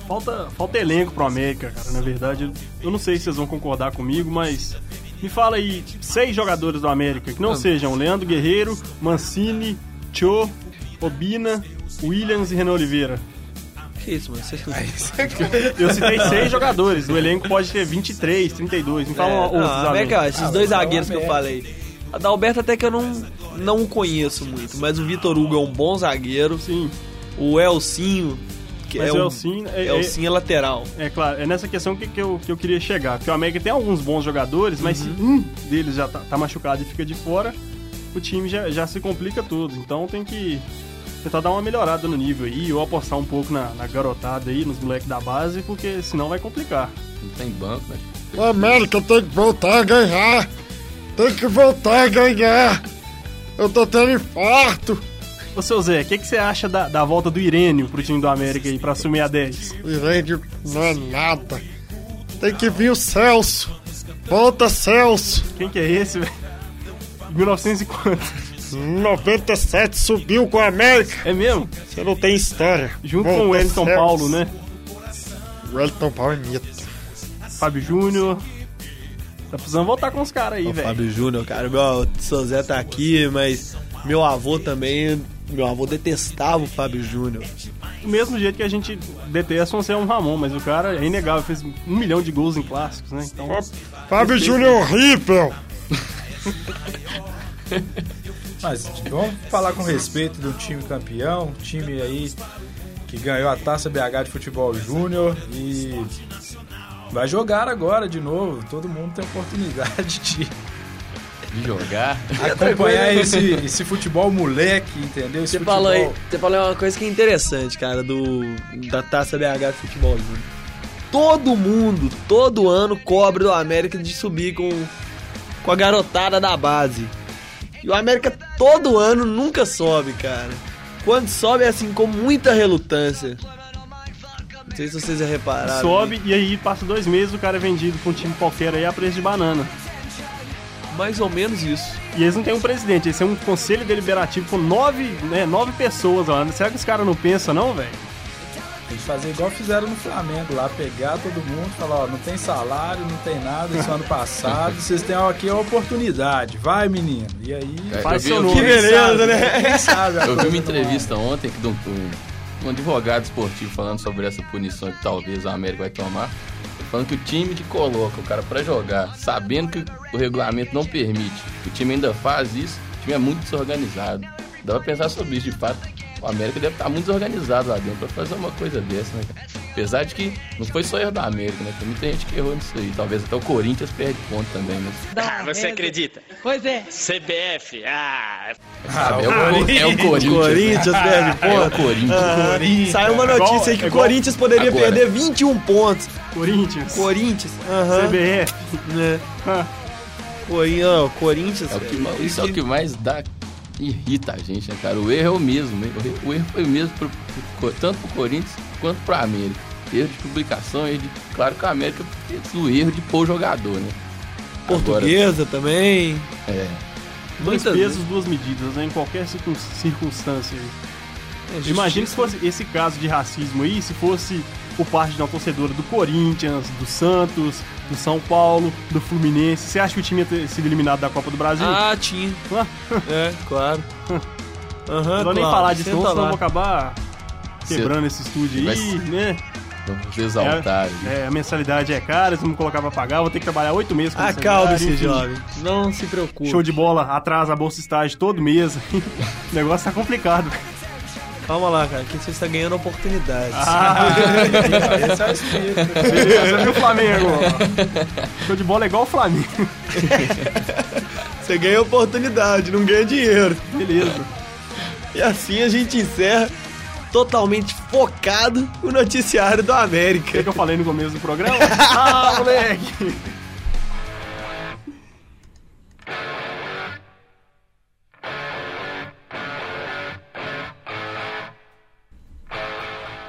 C: Falta, falta elenco pro América, cara. Na verdade, eu não sei se vocês vão concordar comigo, mas me fala aí seis jogadores do América que não sejam Leandro Guerreiro, Mancini, Cho, Obina, Williams e Renan Oliveira.
B: Que isso, mano? Vocês-
C: Eu citei seis jogadores, o elenco pode ter 23, 32. Me fala
B: É,
C: outros
B: não,
C: além.
B: América, esses dois
D: mas é o
B: zagueiros que eu
D: América.
B: falei. A da Alberto até que eu não, não conheço muito, mas o Vitor Hugo é um bom zagueiro.
C: Sim,
B: O Elcinho, que
C: Mas
B: é
C: o
B: um-
C: Elcinho é-
B: Elcinho é lateral.
C: é claro, é nessa questão que, que, eu, que eu queria chegar. Porque o América tem alguns bons jogadores, mas se um deles já tá, tá machucado e fica de fora, o time já, já se complica todo. Então tem que tentar dar uma melhorada no nível aí, ou apostar um pouco na, na garotada aí, nos moleques da base, porque senão vai complicar.
E: Não tem banco, né?
J: O América tem que voltar a ganhar. Tem que voltar a ganhar. Eu tô tendo infarto.
C: Ô seu Zé, o que, que você acha da, da volta do Irênio pro time do América aí, pra assumir a 10?
J: O Irene não é nada. Tem que vir o Celso. Volta, Celso.
C: Quem que é esse, velho? 1950.
J: 97 subiu com a América.
C: É mesmo? tá
J: Você não tem história.
C: Junto
J: Volta,
C: com o Wellington
J: Celso.
C: Paulo, né?
J: O Wellington Paulo é mito.
C: Fábio Júnior. Tá precisando voltar com os caras aí,
B: O
C: velho.
B: Fábio Júnior, cara, meu, o seu Zé tá aqui, mas meu avô também, meu avô detestava o Fábio Júnior.
C: Do mesmo jeito que a gente detesta o Anselmo Ramon, mas o cara é inegável, fez um milhão de gols em clássicos, né? Então,
J: Fábio Júnior é horrível.
D: Mas vamos falar com respeito do time campeão, um time aí que ganhou a taça BH de futebol júnior e vai jogar agora de novo. Todo mundo tem oportunidade de
E: De jogar.
D: acompanhar esse, esse futebol moleque, entendeu? Esse
B: Você
D: futebol...
B: falou, aí, você falou aí uma coisa que é interessante, cara, do da Taça BH de Futebol Júnior. Todo mundo, todo ano, cobre do América de subir com, com a garotada da base. E o América todo ano nunca sobe, cara. Quando sobe é assim, com muita relutância. Não sei se vocês já repararam. né?
C: sobe e aí passa dois meses o cara é vendido pra um time qualquer aí a preço de banana.
B: Mais ou menos isso.
C: E eles não têm um presidente, eles têm um conselho deliberativo com nove, né, nove pessoas lá. Será que os caras não pensam, não, velho?
D: Tem que fazer igual fizeram no Flamengo lá, pegar todo mundo, falar, ó, não tem salário, não tem nada, isso é ano passado, vocês têm aqui a oportunidade, vai menino. E aí,
C: Faz
E: eu
C: seu
E: vi-
C: nome. Que
D: beleza, né? Quem sabe? a
E: Eu vi
D: coisa
E: uma
D: não-
E: entrevista ontem que de um, um- um advogado esportivo falando sobre essa punição que talvez o América vai tomar. Falando que o time que coloca o cara pra jogar, sabendo que o regulamento não permite, o time ainda faz isso, o time é muito desorganizado. Dá pra pensar sobre isso, de fato. O América deve estar muito desorganizado lá dentro pra fazer uma coisa dessa, né, cara? Apesar de que não foi só erro do América, né? Tem muita gente que errou nisso aí. Talvez até o Corinthians perde ponto também, né? mas.
K: Ah, Você acredita?
F: Pois é.
K: CBF, ah,
E: é, o, é o Corinthians.
B: Corinthians deve
E: É o Corinthians.
B: Saiu uma
C: É igual-
B: notícia aí que
C: é
B: o
C: igual-
B: Corinthians poderia
E: Agora.
B: perder 21 pontos.
C: Corinthians,
B: Corinthians, aham.
C: CBF.
B: né?
C: Ah.
B: Corin- ó, Corinthians.
E: É o que
B: velho.
E: mais- isso é o que mais dá. Irrita a gente, né, cara? O erro é o mesmo. né? O erro- O erro foi o mesmo pro, pro- tanto pro Corinthians quanto pro América. Erro de publicação, erro de. Claro que o América fez o erro de pôr o jogador, né?
B: Portuguesa também.
E: Agora, é.
C: Dois
B: Muitas
C: pesos, duas medidas, né? Em qualquer circun- circunstância aí.
B: vezes.
C: Imagina se fosse esse caso de racismo aí, se fosse por parte de uma torcedora do Corinthians, do Santos, do São Paulo, do Fluminense. Você acha que o time ia ter sido eliminado da Copa do Brasil?
B: Ah, tinha.
C: Ah.
B: é, claro. Aham,
C: não vou
B: claro.
C: nem falar disso,
B: Senta
C: não, senão eu
B: lá.
C: vou acabar quebrando esse estúdio
E: Vai
C: aí,
E: se-
C: né?
E: Então, vocês exaltarem.
C: É, a mensalidade é cara, se não me colocar pra pagar, vou ter que trabalhar oito meses com
B: Acalme-se,
C: mensalidade, enfim.
B: Ah, jovem. Não se preocupe.
C: Show de bola, atrasa a bolsa estágio todo mês. o negócio tá complicado.
B: Calma lá, cara, que você está ganhando oportunidades.
C: Ah.
D: Esse é o espírito.
C: Beleza, viu, Flamengo? Show de bola é igual o Flamengo.
B: Você ganha oportunidade, não ganha dinheiro.
C: Beleza.
B: E assim a gente encerra totalmente focado no noticiário do América. O que,
C: é eu falei no começo do programa? ah, moleque!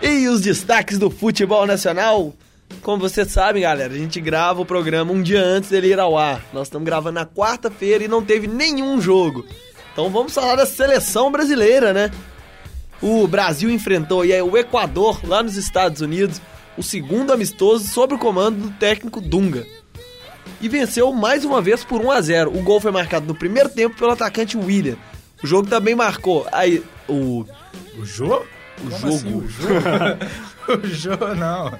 B: E os destaques do futebol nacional? Como vocês sabem, galera, a gente grava o programa um dia antes dele ir ao ar. Nós estamos gravando na quarta-feira e não teve nenhum jogo. Então vamos falar da seleção brasileira, né? O Brasil enfrentou aí o Equador lá nos Estados Unidos, o segundo amistoso sob o comando do técnico Dunga. E venceu mais uma vez por 1 a 0. O gol foi marcado no primeiro tempo pelo atacante William. O jogo também marcou aí o
D: O jogo?
B: o
D: Como
B: jogo.
D: assim, o jogo? o jogo não.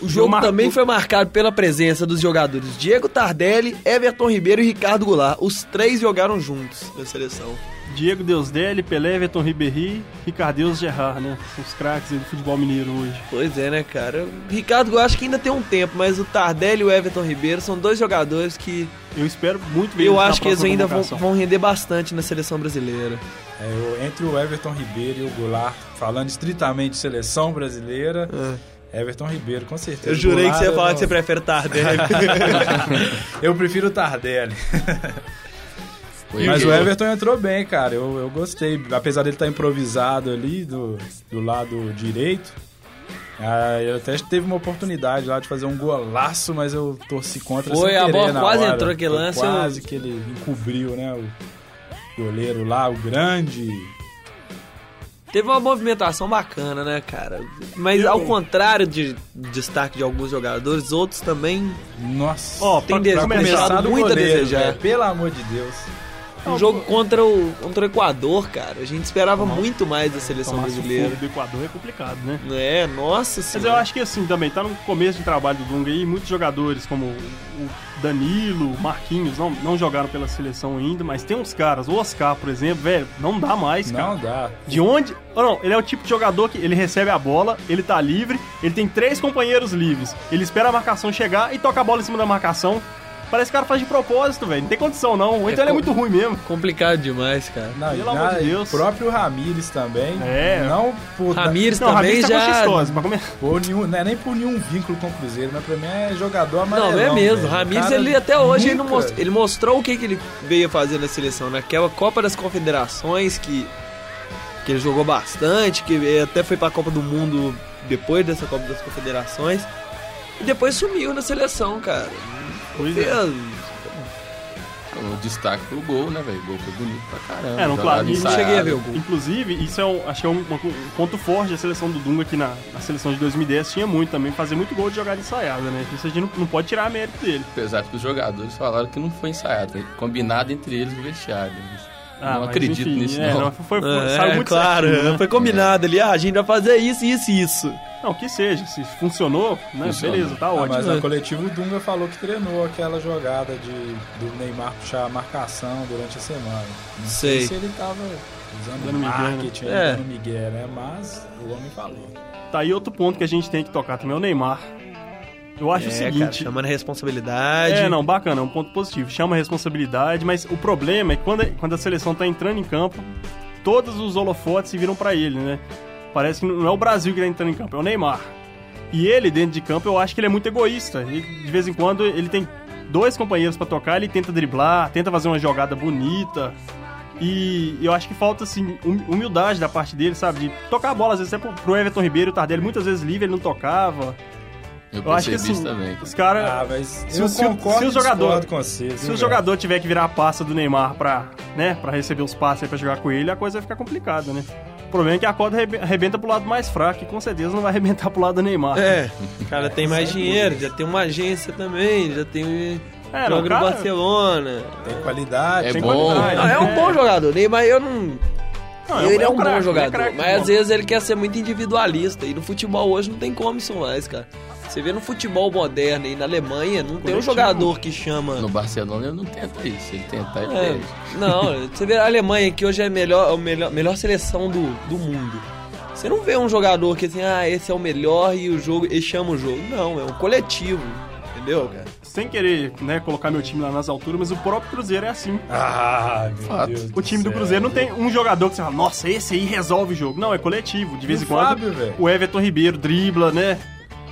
B: O jogo também foi marcado pela presença dos jogadores Diego Tardelli, Everton Ribeiro e Ricardo Goulart. Os três jogaram juntos na seleção.
C: Diego Deusdele, Pelé, Everton Ribéry, Ricardeus Gerrard, né? São os craques aí do futebol mineiro hoje.
B: Pois é, né, cara? O Ricardo Goulart acho que ainda tem um tempo, mas o Tardelli e o Everton Ribeiro são dois jogadores que
C: eu espero muito ver
B: eu
C: eles na
B: acho que eles
C: próxima
B: ainda vão,
C: convocação.
B: vão render bastante na seleção brasileira.
D: É, eu- entre o Everton Ribeiro e o Goulart, falando estritamente de seleção brasileira, Everton Ribeiro, com
B: É.
D: certeza.
B: Eu jurei que
D: Goulart,
B: você ia falar
D: eu
B: que você prefere o Tardelli.
D: eu prefiro o Tardelli.
C: É.
B: Foi
D: Mas
B: que-
D: o Everton entrou bem, cara. Eu, eu gostei. Apesar dele estar improvisado ali do, do lado direito. ah, ele até teve uma oportunidade lá de fazer um golaço, mas eu torci contra
B: Foi,
D: sem
B: a
D: querer
B: bola
D: na
B: quase
D: hora.
B: entrou aquele
D: Foi
B: lance,
D: Quase que ele encobriu, né? O goleiro lá, o grande.
B: Teve uma movimentação bacana, né, cara? Mas ao contrário de destaque de alguns jogadores, outros também.
D: Nossa,
B: Ó, tem
D: pra
B: des-
D: começar
B: deixado
D: do
B: muito
D: goleiro,
B: a desejar.
D: velho, Pelo amor de Deus.
B: Um jogo contra o, contra o Equador, cara. A gente esperava muito mais da seleção
C: Tomar
B: brasileira.
C: sufoco do Equador é complicado, né?
B: É, nossa
C: Mas eu acho que assim também, tá no começo de trabalho do Dunga aí, muitos jogadores como o Danilo, o Marquinhos, não, não jogaram pela seleção ainda, mas tem uns caras, o Oscar, por exemplo, velho, não dá mais, cara.
D: Não dá.
C: De onde? Ou não, ele é o tipo de jogador que ele recebe a bola, ele tá livre, ele tem três companheiros livres, ele espera a marcação chegar e toca a bola em cima da marcação. Parece que o cara faz de propósito, velho. Não tem condição, não. Ou então ele é muito ruim mesmo.
B: Complicado demais, cara.
D: Não,
C: Pelo
D: e
C: amor de
D: e
C: Deus.
D: O próprio Ramires também.
C: É.
D: Não por.
B: Ramires
D: não,
B: também
D: Ramires tá
B: já-
D: com
C: Chistosa, é pra começar.
D: Por nenhum, não é nem por nenhum vínculo com o Cruzeiro, mas pra mim é jogador
B: Não,
D: amarelão.
B: não é mesmo. O
D: velho.
B: Ramires,
D: Cara,
B: ele até hoje ele, não
D: nunca-
B: mostrou, ele mostrou o que, que ele veio fazer na seleção. Naquela Copa das Confederações, que, que ele jogou bastante, que ele até foi pra Copa do Mundo depois dessa Copa das Confederações. E depois sumiu na seleção, cara.
C: Pois
D: é.
B: é.
E: O destaque pro gol, né, velho? O gol foi bonito pra caramba.
C: É, não, claro.
E: Jogada
C: isso-
E: ensaiada.
C: Inclusive, isso é um, acho que é um, uma co- um ponto forte da seleção do Dunga aqui na, na seleção de 2010. Tinha muito também, fazer muito gol de jogada ensaiada, né? Isso a gente não, não pode tirar mérito dele.
E: Apesar que os jogadores falaram que não foi ensaiado, foi combinado entre eles no vestiário. né?
C: Ah,
E: não
C: mas
E: acredito
C: enfim,
E: nisso,
C: é,
E: não.
C: não, foi- foi-
B: É,
C: saiu muito
B: claro,
C: certinho, né?
B: foi combinado ali, ah, a gente vai fazer isso, isso e isso.
C: Não, que seja, se funcionou, né?
E: Funcionou.
C: Beleza, tá
D: Ah,
C: ótimo.
D: mas
B: né?
D: no coletivo o Dunga falou que treinou aquela jogada de, do Neymar puxar a marcação durante a semana. Não
B: Sei.
D: se ele tava usando
C: Dando migué, né?
D: marketing,
C: É.
D: dando Miguel, né? Mas o homem falou.
C: Tá aí outro ponto que a gente tem que tocar também, é o Neymar. Eu acho
B: É,
C: o
B: cara,
C: seguinte.
B: chamando a responsabilidade.
C: É, não, bacana, é um ponto positivo. Chama a responsabilidade, mas o problema é que quando, quando a seleção tá entrando em campo, todos os holofotes se viram pra ele, né? Parece que não é o Brasil que tá entrando em campo, é o Neymar. E ele, dentro de campo, eu acho que ele é muito egoísta. Ele, de vez em quando, ele tem dois companheiros pra tocar, ele tenta driblar, tenta fazer uma jogada bonita. E eu acho que falta, assim, hum- humildade da parte dele, sabe? De tocar a bola, às vezes, até pro- pro Everton Ribeiro, o Tardelli, muitas vezes livre, ele não tocava.
E: Eu
C: Eu acho que
E: percebi
C: assim,
E: isso é também.
C: os caras.
D: Ah, mas
C: se
D: eu
C: o- se o-
D: concordo
C: se
D: e
C: o jogador,
D: discordo com você, viu,
C: se o
D: velho?
C: jogador tiver que virar a pasta do Neymar pra, né, pra receber os passes aí pra jogar com ele, a coisa vai ficar complicada, né? O problema é que a corda arrebe- arrebenta pro lado mais fraco, e com certeza não vai arrebentar pro lado do Neymar.
B: É, o cara tem mais dinheiro, já tem uma agência também, já tem.
C: É, não,
B: joga no
C: cara-
B: Barcelona.
D: Tem qualidade,
E: É
D: tem
E: bom.
D: qualidade.
B: Não, é
C: né?
B: um bom jogador, Neymar, eu não.
C: Não, é um-
B: ele é
C: é
B: um,
C: um craque,
B: bom
C: ele é
B: jogador,
C: craque,
B: mas
C: bom.
B: às vezes ele quer ser muito individualista. E no futebol hoje não tem como isso mais, cara. Você vê no futebol moderno e na Alemanha, não tem um jogador que chama.
E: No Barcelona ele não tenta isso. Se ele tentar, ele
B: É,
E: perde.
B: não, você vê a Alemanha que hoje é a melhor, a melhor, melhor seleção do, do mundo. Você não vê um jogador que assim, ah, esse é o melhor e o jogo, e chama o jogo. Não, é um coletivo. entendeu, cara?
C: Sem querer, né, colocar meu time lá nas alturas, mas o próprio Cruzeiro é assim.
D: Ah, meu
C: Fato.
D: Deus
C: O time do,
D: do céu.
C: Cruzeiro não tem um jogador que você fala, nossa, esse aí resolve o jogo. Não, é coletivo. De vez
D: E
C: em
D: o
C: quando,
D: Fábio, velho?
C: o Everton Ribeiro dribla, né?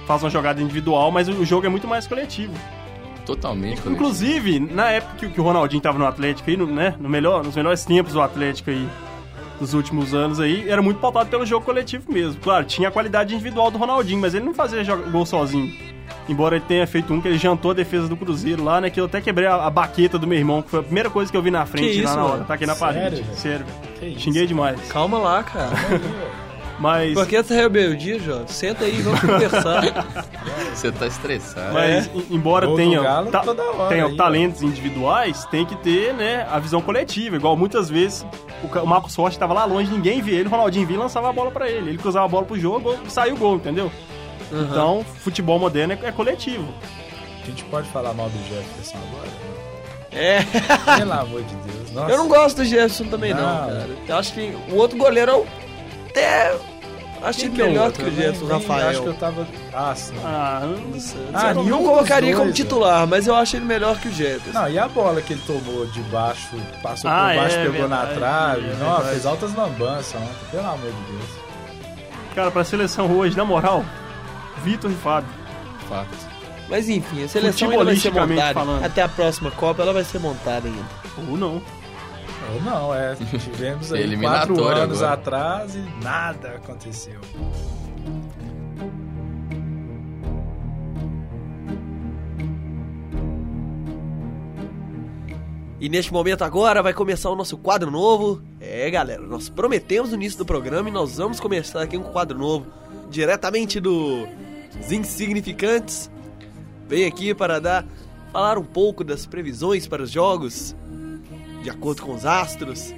C: Faz uma jogada individual, mas o jogo é muito mais coletivo.
E: Totalmente coletivo.
C: Inclusive, na época que, o- que o Ronaldinho tava no Atlético aí, no, né? No melhor, nos melhores tempos do Atlético aí, dos últimos anos aí, era muito pautado pelo jogo coletivo mesmo. Claro, tinha a qualidade individual do Ronaldinho, mas ele não fazia jo- gol sozinho. Embora ele tenha feito um que ele jantou a defesa do Cruzeiro lá, né? Que eu até quebrei a, a baqueta do meu irmão, que foi a primeira coisa que eu vi na frente
B: Que
C: lá
B: isso,
C: na hora.
B: mano?
C: Tá aqui na
B: Sério,
C: parede.
B: velho?
C: Sério, velho.
B: Que isso?
C: Xinguei demais.
B: Calma lá, cara.
C: Mas.
B: Por que essa rebeldia, Jô? Senta aí, vamos conversar.
E: Você tá estressado.
C: Mas, em- embora
E: Gol do
C: tenha,
E: Galo
C: ta-
E: toda hora
C: tenha
E: aí,
C: talentos individuais, tem que ter né, a visão coletiva. Igual muitas vezes o, Ca- o Marcos Rocha estava lá longe, ninguém via ele, o Ronaldinho vinha e lançava a bola pra ele. Ele cruzava a bola pro jogo, saiu o gol, entendeu?
D: Uhum.
C: Então, futebol moderno é, é coletivo.
D: A gente pode falar mal do Jefferson agora?
B: É.
D: Pelo amor de Deus. Nossa.
B: Eu não gosto do Jefferson também, não,
D: Não.
B: cara. Eu acho que o outro goleiro é o. Até. Acho
D: Quem
B: que
D: que é o
B: melhor
D: outro?
B: que o
D: Eu nem-
B: Jefferson,
D: nem
B: Rafael.
D: acho que eu tava- Ah, sim.
C: Ah, não sei.
B: eu não, não colocaria como
D: né?
B: titular, mas eu acho ele melhor que o Jefferson.
D: Não, e a bola que ele tomou de baixo, passou
B: Ah,
D: por baixo,
B: é,
D: pegou na
B: verdade,
D: trave.
B: é
D: Nossa,
B: verdade.
D: fez altas lambanças ontem, pelo amor de Deus.
C: Cara, pra seleção hoje, na moral, Vitor e Fábio.
E: Fato.
B: Mas enfim, a seleção ainda vai ser
C: Futebolisticamente
B: montada.
C: falando.
B: Até a próxima Copa ela vai ser montada ainda.
C: Ou não.
D: Ou não, é. Tivemos aí
E: Eliminatória
D: quatro anos
E: agora.
D: atrás e nada aconteceu.
B: E neste momento agora vai começar o nosso quadro novo. É, galera, nós prometemos no início do programa e nós vamos começar aqui um quadro novo, diretamente dos Insignificantes. Vem aqui para dar falar um pouco das previsões para os jogos, de acordo com os astros.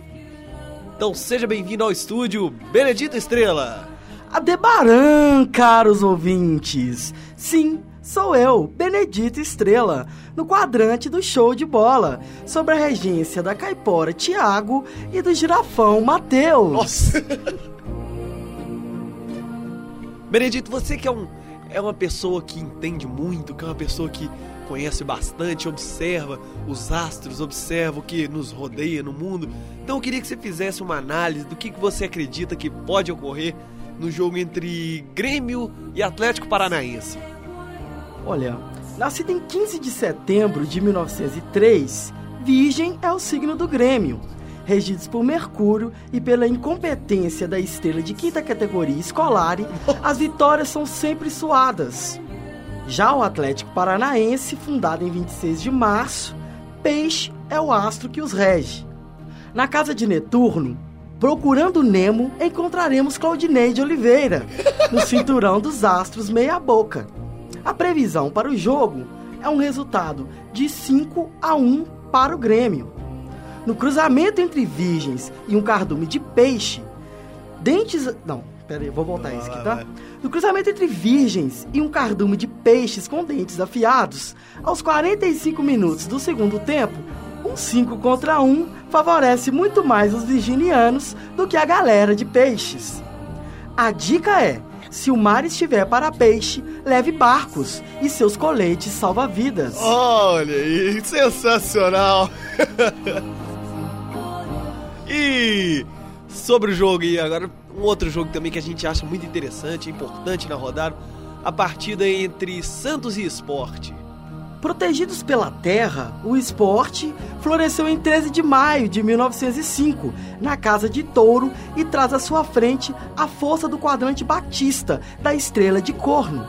B: Então seja bem-vindo ao estúdio Benedito Estrela.
G: Adebaran, caros ouvintes! Sim, sou eu, Benedito Estrela, no quadrante do show de bola, sobre a regência da Caipora Tiago e do Girafão Matheus. Nossa!
B: Benedito, você que é, um, é uma pessoa que entende muito, que é uma pessoa que conhece bastante, observa os astros, observa o que nos rodeia no mundo. Então eu queria que você fizesse uma análise do que, que você acredita que pode ocorrer no jogo entre Grêmio e Atlético Paranaense.
G: Olha, nascido em 15 de setembro de 1903, Virgem é o signo do Grêmio. Regidos por Mercúrio e pela incompetência da estrela de quinta categoria escolar, as vitórias são sempre suadas. Já o Atlético Paranaense, fundado em 26 de março, Peixe é o astro que os rege. Na casa de Neturno, procurando Nemo, encontraremos Claudinei de Oliveira, no cinturão dos astros meia-boca. A previsão para o jogo é um resultado de 5 a 1 para o Grêmio. No cruzamento entre virgens e um cardume de peixe, dentes. Não, peraí, eu vou voltar isso aqui, tá? No cruzamento entre virgens e um cardume de peixes com dentes afiados, aos 45 minutos do segundo tempo, um 5 contra 1 favorece muito mais os virginianos do que a galera de peixes. A dica é: se o mar estiver para peixe, leve barcos e seus coletes salva-vidas.
B: Olha aí, sensacional! e sobre o jogo, e agora um outro jogo também que a gente acha muito interessante, importante na rodada, a partida entre Santos e Esporte.
G: Protegidos pela terra, o esporte floresceu em 13 de maio de 1905, na Casa de Touro, e traz à sua frente a força do quadrante Batista, da Estrela de Corno.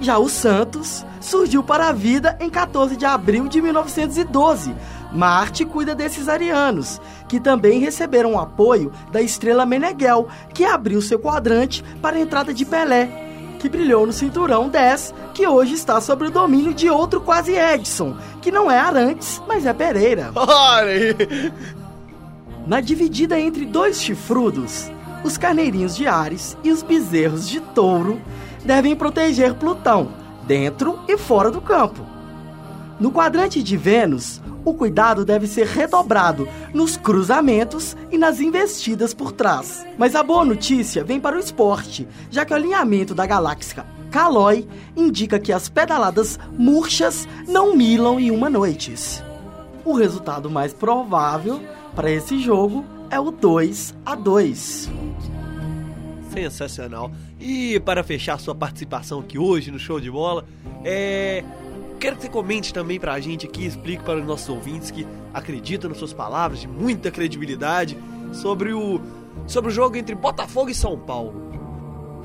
G: Já o Santos surgiu para a vida em 14 de abril de 1912. Marte cuida desses arianos, que também receberam o apoio da Estrela Meneghel, que abriu seu quadrante para a entrada de Pelé, que brilhou no cinturão 10, que hoje está sob o domínio de outro quase Edson, que não é Arantes, mas é Pereira.
B: Olha aí!
G: Na dividida entre dois chifrudos, os carneirinhos de Ares e os bezerros de touro devem proteger Plutão, dentro e fora do campo. No quadrante de Vênus, o cuidado deve ser redobrado nos cruzamentos e nas investidas por trás. Mas a boa notícia vem para o esporte, já que o alinhamento da galáxia calói, indica que as pedaladas murchas não milam em uma noite. O resultado mais provável para esse jogo é o 2 a 2.
B: Sensacional. E para fechar sua participação aqui hoje no Show de Bola, é... quero que você comente também para a gente aqui, explique para os nossos ouvintes que acreditam nas suas palavras de muita credibilidade sobre o, sobre o jogo entre Botafogo e São Paulo.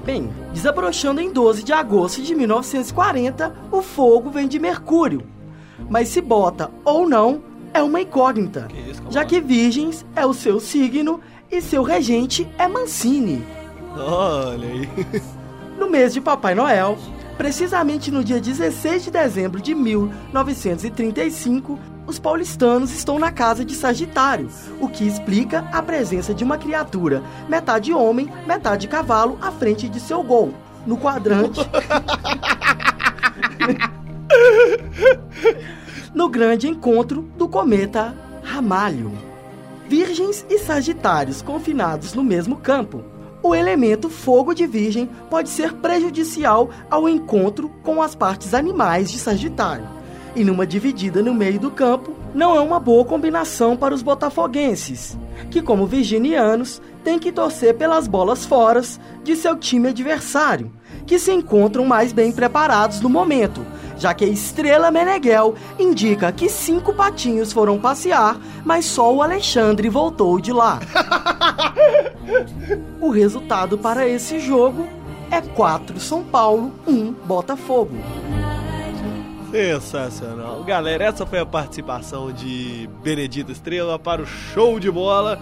G: Bem, desabrochando em 12 de agosto de 1940, o fogo vem de Mercúrio. Mas se bota ou não é uma incógnita, já que Virgens é o seu signo e seu regente é Mancini.
B: Olha aí.
G: No mês de Papai Noel, precisamente no dia 16 de dezembro de 1935, os paulistanos estão na casa de Sagitário, o que explica a presença de uma criatura, metade homem, metade cavalo, à frente de seu gol, no quadrante. no grande encontro do cometa Ramalho. Virgens e Sagitários confinados no mesmo campo, o elemento fogo de Virgem pode ser prejudicial ao encontro com as partes animais de Sagitário. E numa dividida no meio do campo, não é uma boa combinação para os botafoguenses, que, como virginianos, têm que torcer pelas bolas foras de seu time adversário, que se encontram mais bem preparados no momento, já que a estrela Meneghel indica que cinco patinhos foram passear, mas só o Alexandre voltou de lá. O resultado para esse jogo é 4 São Paulo, 1 Botafogo.
B: Sensacional. Galera, essa foi a participação de Benedito Estrela para o show de bola.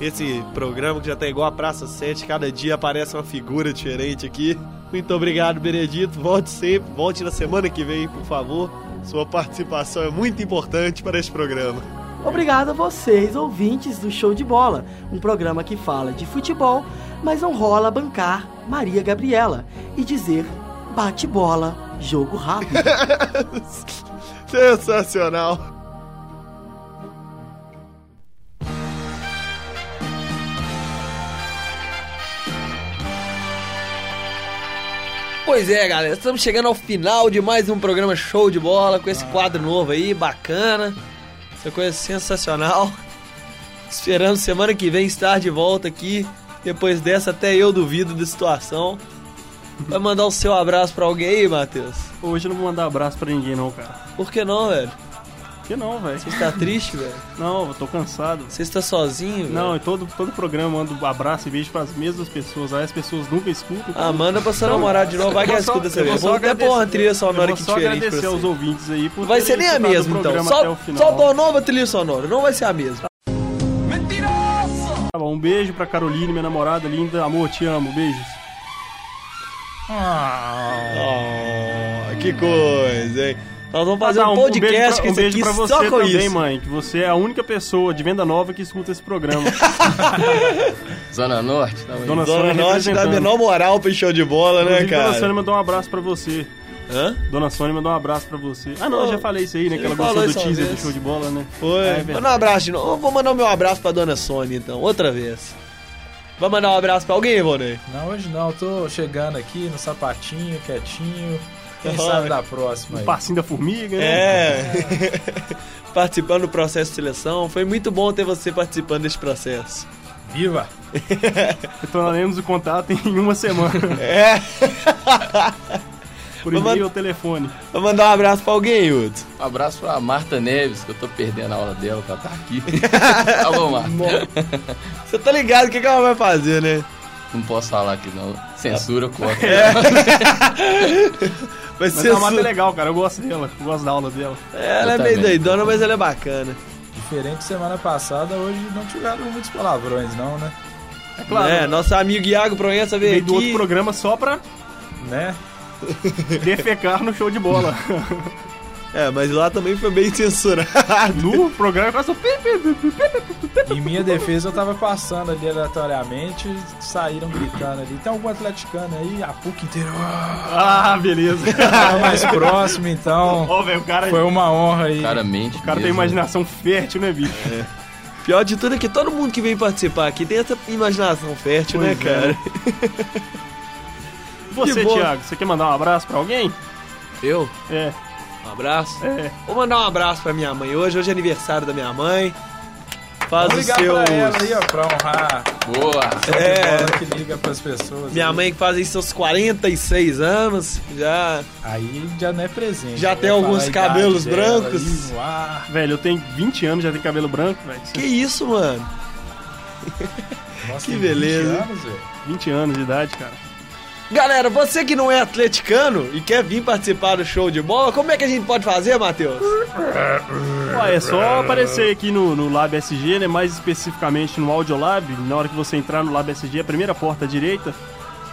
B: Esse programa que já tá igual a Praça 7, cada dia aparece uma figura diferente aqui. Muito obrigado, Benedito. Volte sempre, volte na semana que vem, por favor. Sua participação é muito importante para este programa.
G: Obrigado a vocês, ouvintes do Show de Bola, um programa que fala de futebol, mas não rola bancar Maria Gabriela e dizer bate bola, jogo rápido.
B: Sensacional. Pois é, galera, estamos chegando ao final de mais um programa Show de Bola com
C: Ah.
B: esse quadro novo aí, bacana. Essa coisa sensacional. Esperando semana que vem estar de volta aqui. Depois dessa, até eu duvido da situação. Vai mandar o seu abraço pra alguém aí, Matheus?
C: Hoje eu não vou mandar abraço pra ninguém, não, cara.
B: Por que não, velho?
C: Por que não, velho? Você
B: está triste, velho?
C: Não, eu tô cansado.
B: Você está sozinho? velho?
C: Não, em todo, todo programa eu mando abraço e beijo pras mesmas pessoas. Aí as pessoas nunca escutam.
B: Ah, manda pra sua namorada de novo, vai que ela escuta essa vez. Vou até pôr uma trilha sonora
C: eu vou
B: aqui
C: só
B: diferente pra
C: agradecer aos
B: você.
C: ouvintes aí por
B: Vai ser
C: terem
B: nem a mesma,
C: escutado o
B: então.
C: programa até
B: Só,
C: o final.
B: só uma nova trilha sonora, não vai ser a mesma.
C: Tá bom, um beijo pra Caroline, minha namorada linda. Amor, te amo. Beijos.
B: Oh, que coisa, hein? Nós vamos fazer
C: Ah, tá,
B: um podcast com
C: um
B: isso
C: beijo
B: aqui
C: pra você
B: só com
C: também,
B: isso.
C: mãe, que você é a única pessoa de venda nova que escuta esse programa.
E: Zona Norte, tá aí.
C: Dona
B: Dona
C: Sônia
B: Norte dá a
C: representando.
B: menor moral pro show de bola, né,
C: Inclusive, Dona Sônia
B: cara?
C: mandou um abraço pra você.
B: Hã?
C: Dona Sônia mandou um abraço pra você. Ah, não,
B: Ô,
C: eu já falei isso aí, né? Que
B: você
C: ela
B: falou
C: gostou do
B: isso uma
C: teaser
B: vez.
C: do show de bola, né?
B: Foi.
C: É, é verdade.
B: Manda um abraço de novo. Eu Vou mandar o meu abraço pra dona Sônia, então, outra vez. Vai mandar um abraço pra alguém, Ivonei?
D: Não, hoje não. Eu tô chegando aqui no sapatinho, quietinho. Quem
B: Olha.
D: sabe da próxima
C: O
D: aí.
C: passinho da formiga, né?
B: É. Participando do processo de seleção. Foi muito bom ter você participando desse processo.
D: Viva!
C: Retornaremos o contato em uma semana.
B: É.
C: Por
B: Vou
C: e-mail
B: mandar-
C: ou telefone.
B: Vou mandar um abraço pra alguém, Yuto.
E: Um abraço pra Marta Neves, que eu tô perdendo a aula dela, que ela tá aqui. Alô, Marta.
B: Você tá ligado o que, que ela vai fazer, né?
E: Não posso falar aqui, não. Censura, corta.
C: É.
B: Vai
C: Mas
B: ser
C: a Marta é
B: su-
C: legal, cara. Eu gosto dela. Eu gosto da aula dela.
B: Ela é
E: Eu
B: meio
E: também.
B: doidona, mas ela é bacana.
D: Diferente de semana passada, hoje não tiveram muitos palavrões, não, né?
C: É claro.
B: É, nosso amigo Iago Proença veio
C: Veio do outro
B: aqui.
C: programa só pra
D: Né?
C: defecar no show de bola.
B: É, mas lá também foi bem censurado.
C: no programa eu faço pi, pi, pi, pi, pi.
D: Em minha defesa, eu tava passando ali aleatoriamente, saíram gritando ali. Tem algum atleticano aí? A PUC inteira. Ah,
C: Ah, beleza.
D: Tava mais próximo, então.
C: Ó, velho, o cara,
D: Foi uma honra aí.
E: Cara, mente.
C: o cara tem
E: mesmo, né?
C: imaginação fértil, né, bicho?
B: Pior de tudo é que todo mundo que
D: é.
B: vem participar aqui tem essa imaginação fértil, né,
C: Pois é.
B: cara?
C: Você,
B: Que boa.
C: Thiago, você quer mandar um abraço pra alguém?
B: Eu?
C: É.
B: Um abraço?
C: É.
B: Vou mandar um abraço pra minha mãe hoje. Hoje é aniversário da minha mãe. Faz
D: Vamos
B: os
D: ligar
B: seus.
D: pra ela aí, ó, pra honrar.
E: Boa!
D: É.
B: É.
D: Ela que liga pras pessoas.
B: Minha mãe que faz aí seus 46 anos. Já.
D: Aí já não é presente.
B: Já
D: Eu
B: tem
D: ia
B: alguns
D: falar a idade
B: cabelos
D: dela
B: brancos.
D: aí no ar.
C: Velho, eu tenho 20 anos, já tenho cabelo branco, velho.
B: Que isso, mano?
D: Nossa,
B: Que
D: tem
B: beleza,
D: 20
B: hein?
D: anos, velho.
C: 20 anos de idade, cara.
B: Galera, você que não é atleticano e quer vir participar do show de bola, como é que a gente pode fazer, Matheus?
C: Ué, é só aparecer aqui no, no Lab SG, né? Mais especificamente no Audiolab. Na hora que você entrar no Lab SG, a primeira porta à direita,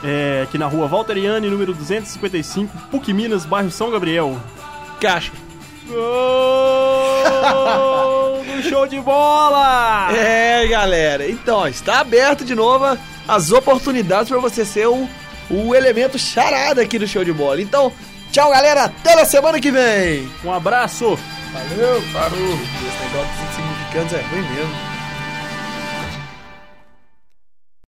C: é aqui na rua Valteriane, número 255, PUC Minas, bairro São Gabriel.
B: Caixa.
C: Gol do show de bola!
B: É, galera. Então, ó, está aberto de novo as oportunidades para você ser o, o elemento charada aqui do show de bola. Então, tchau, galera. Até na semana que vem.
C: Um abraço!
D: Valeu, parou.
B: Esse negócio de significantes é ruim mesmo.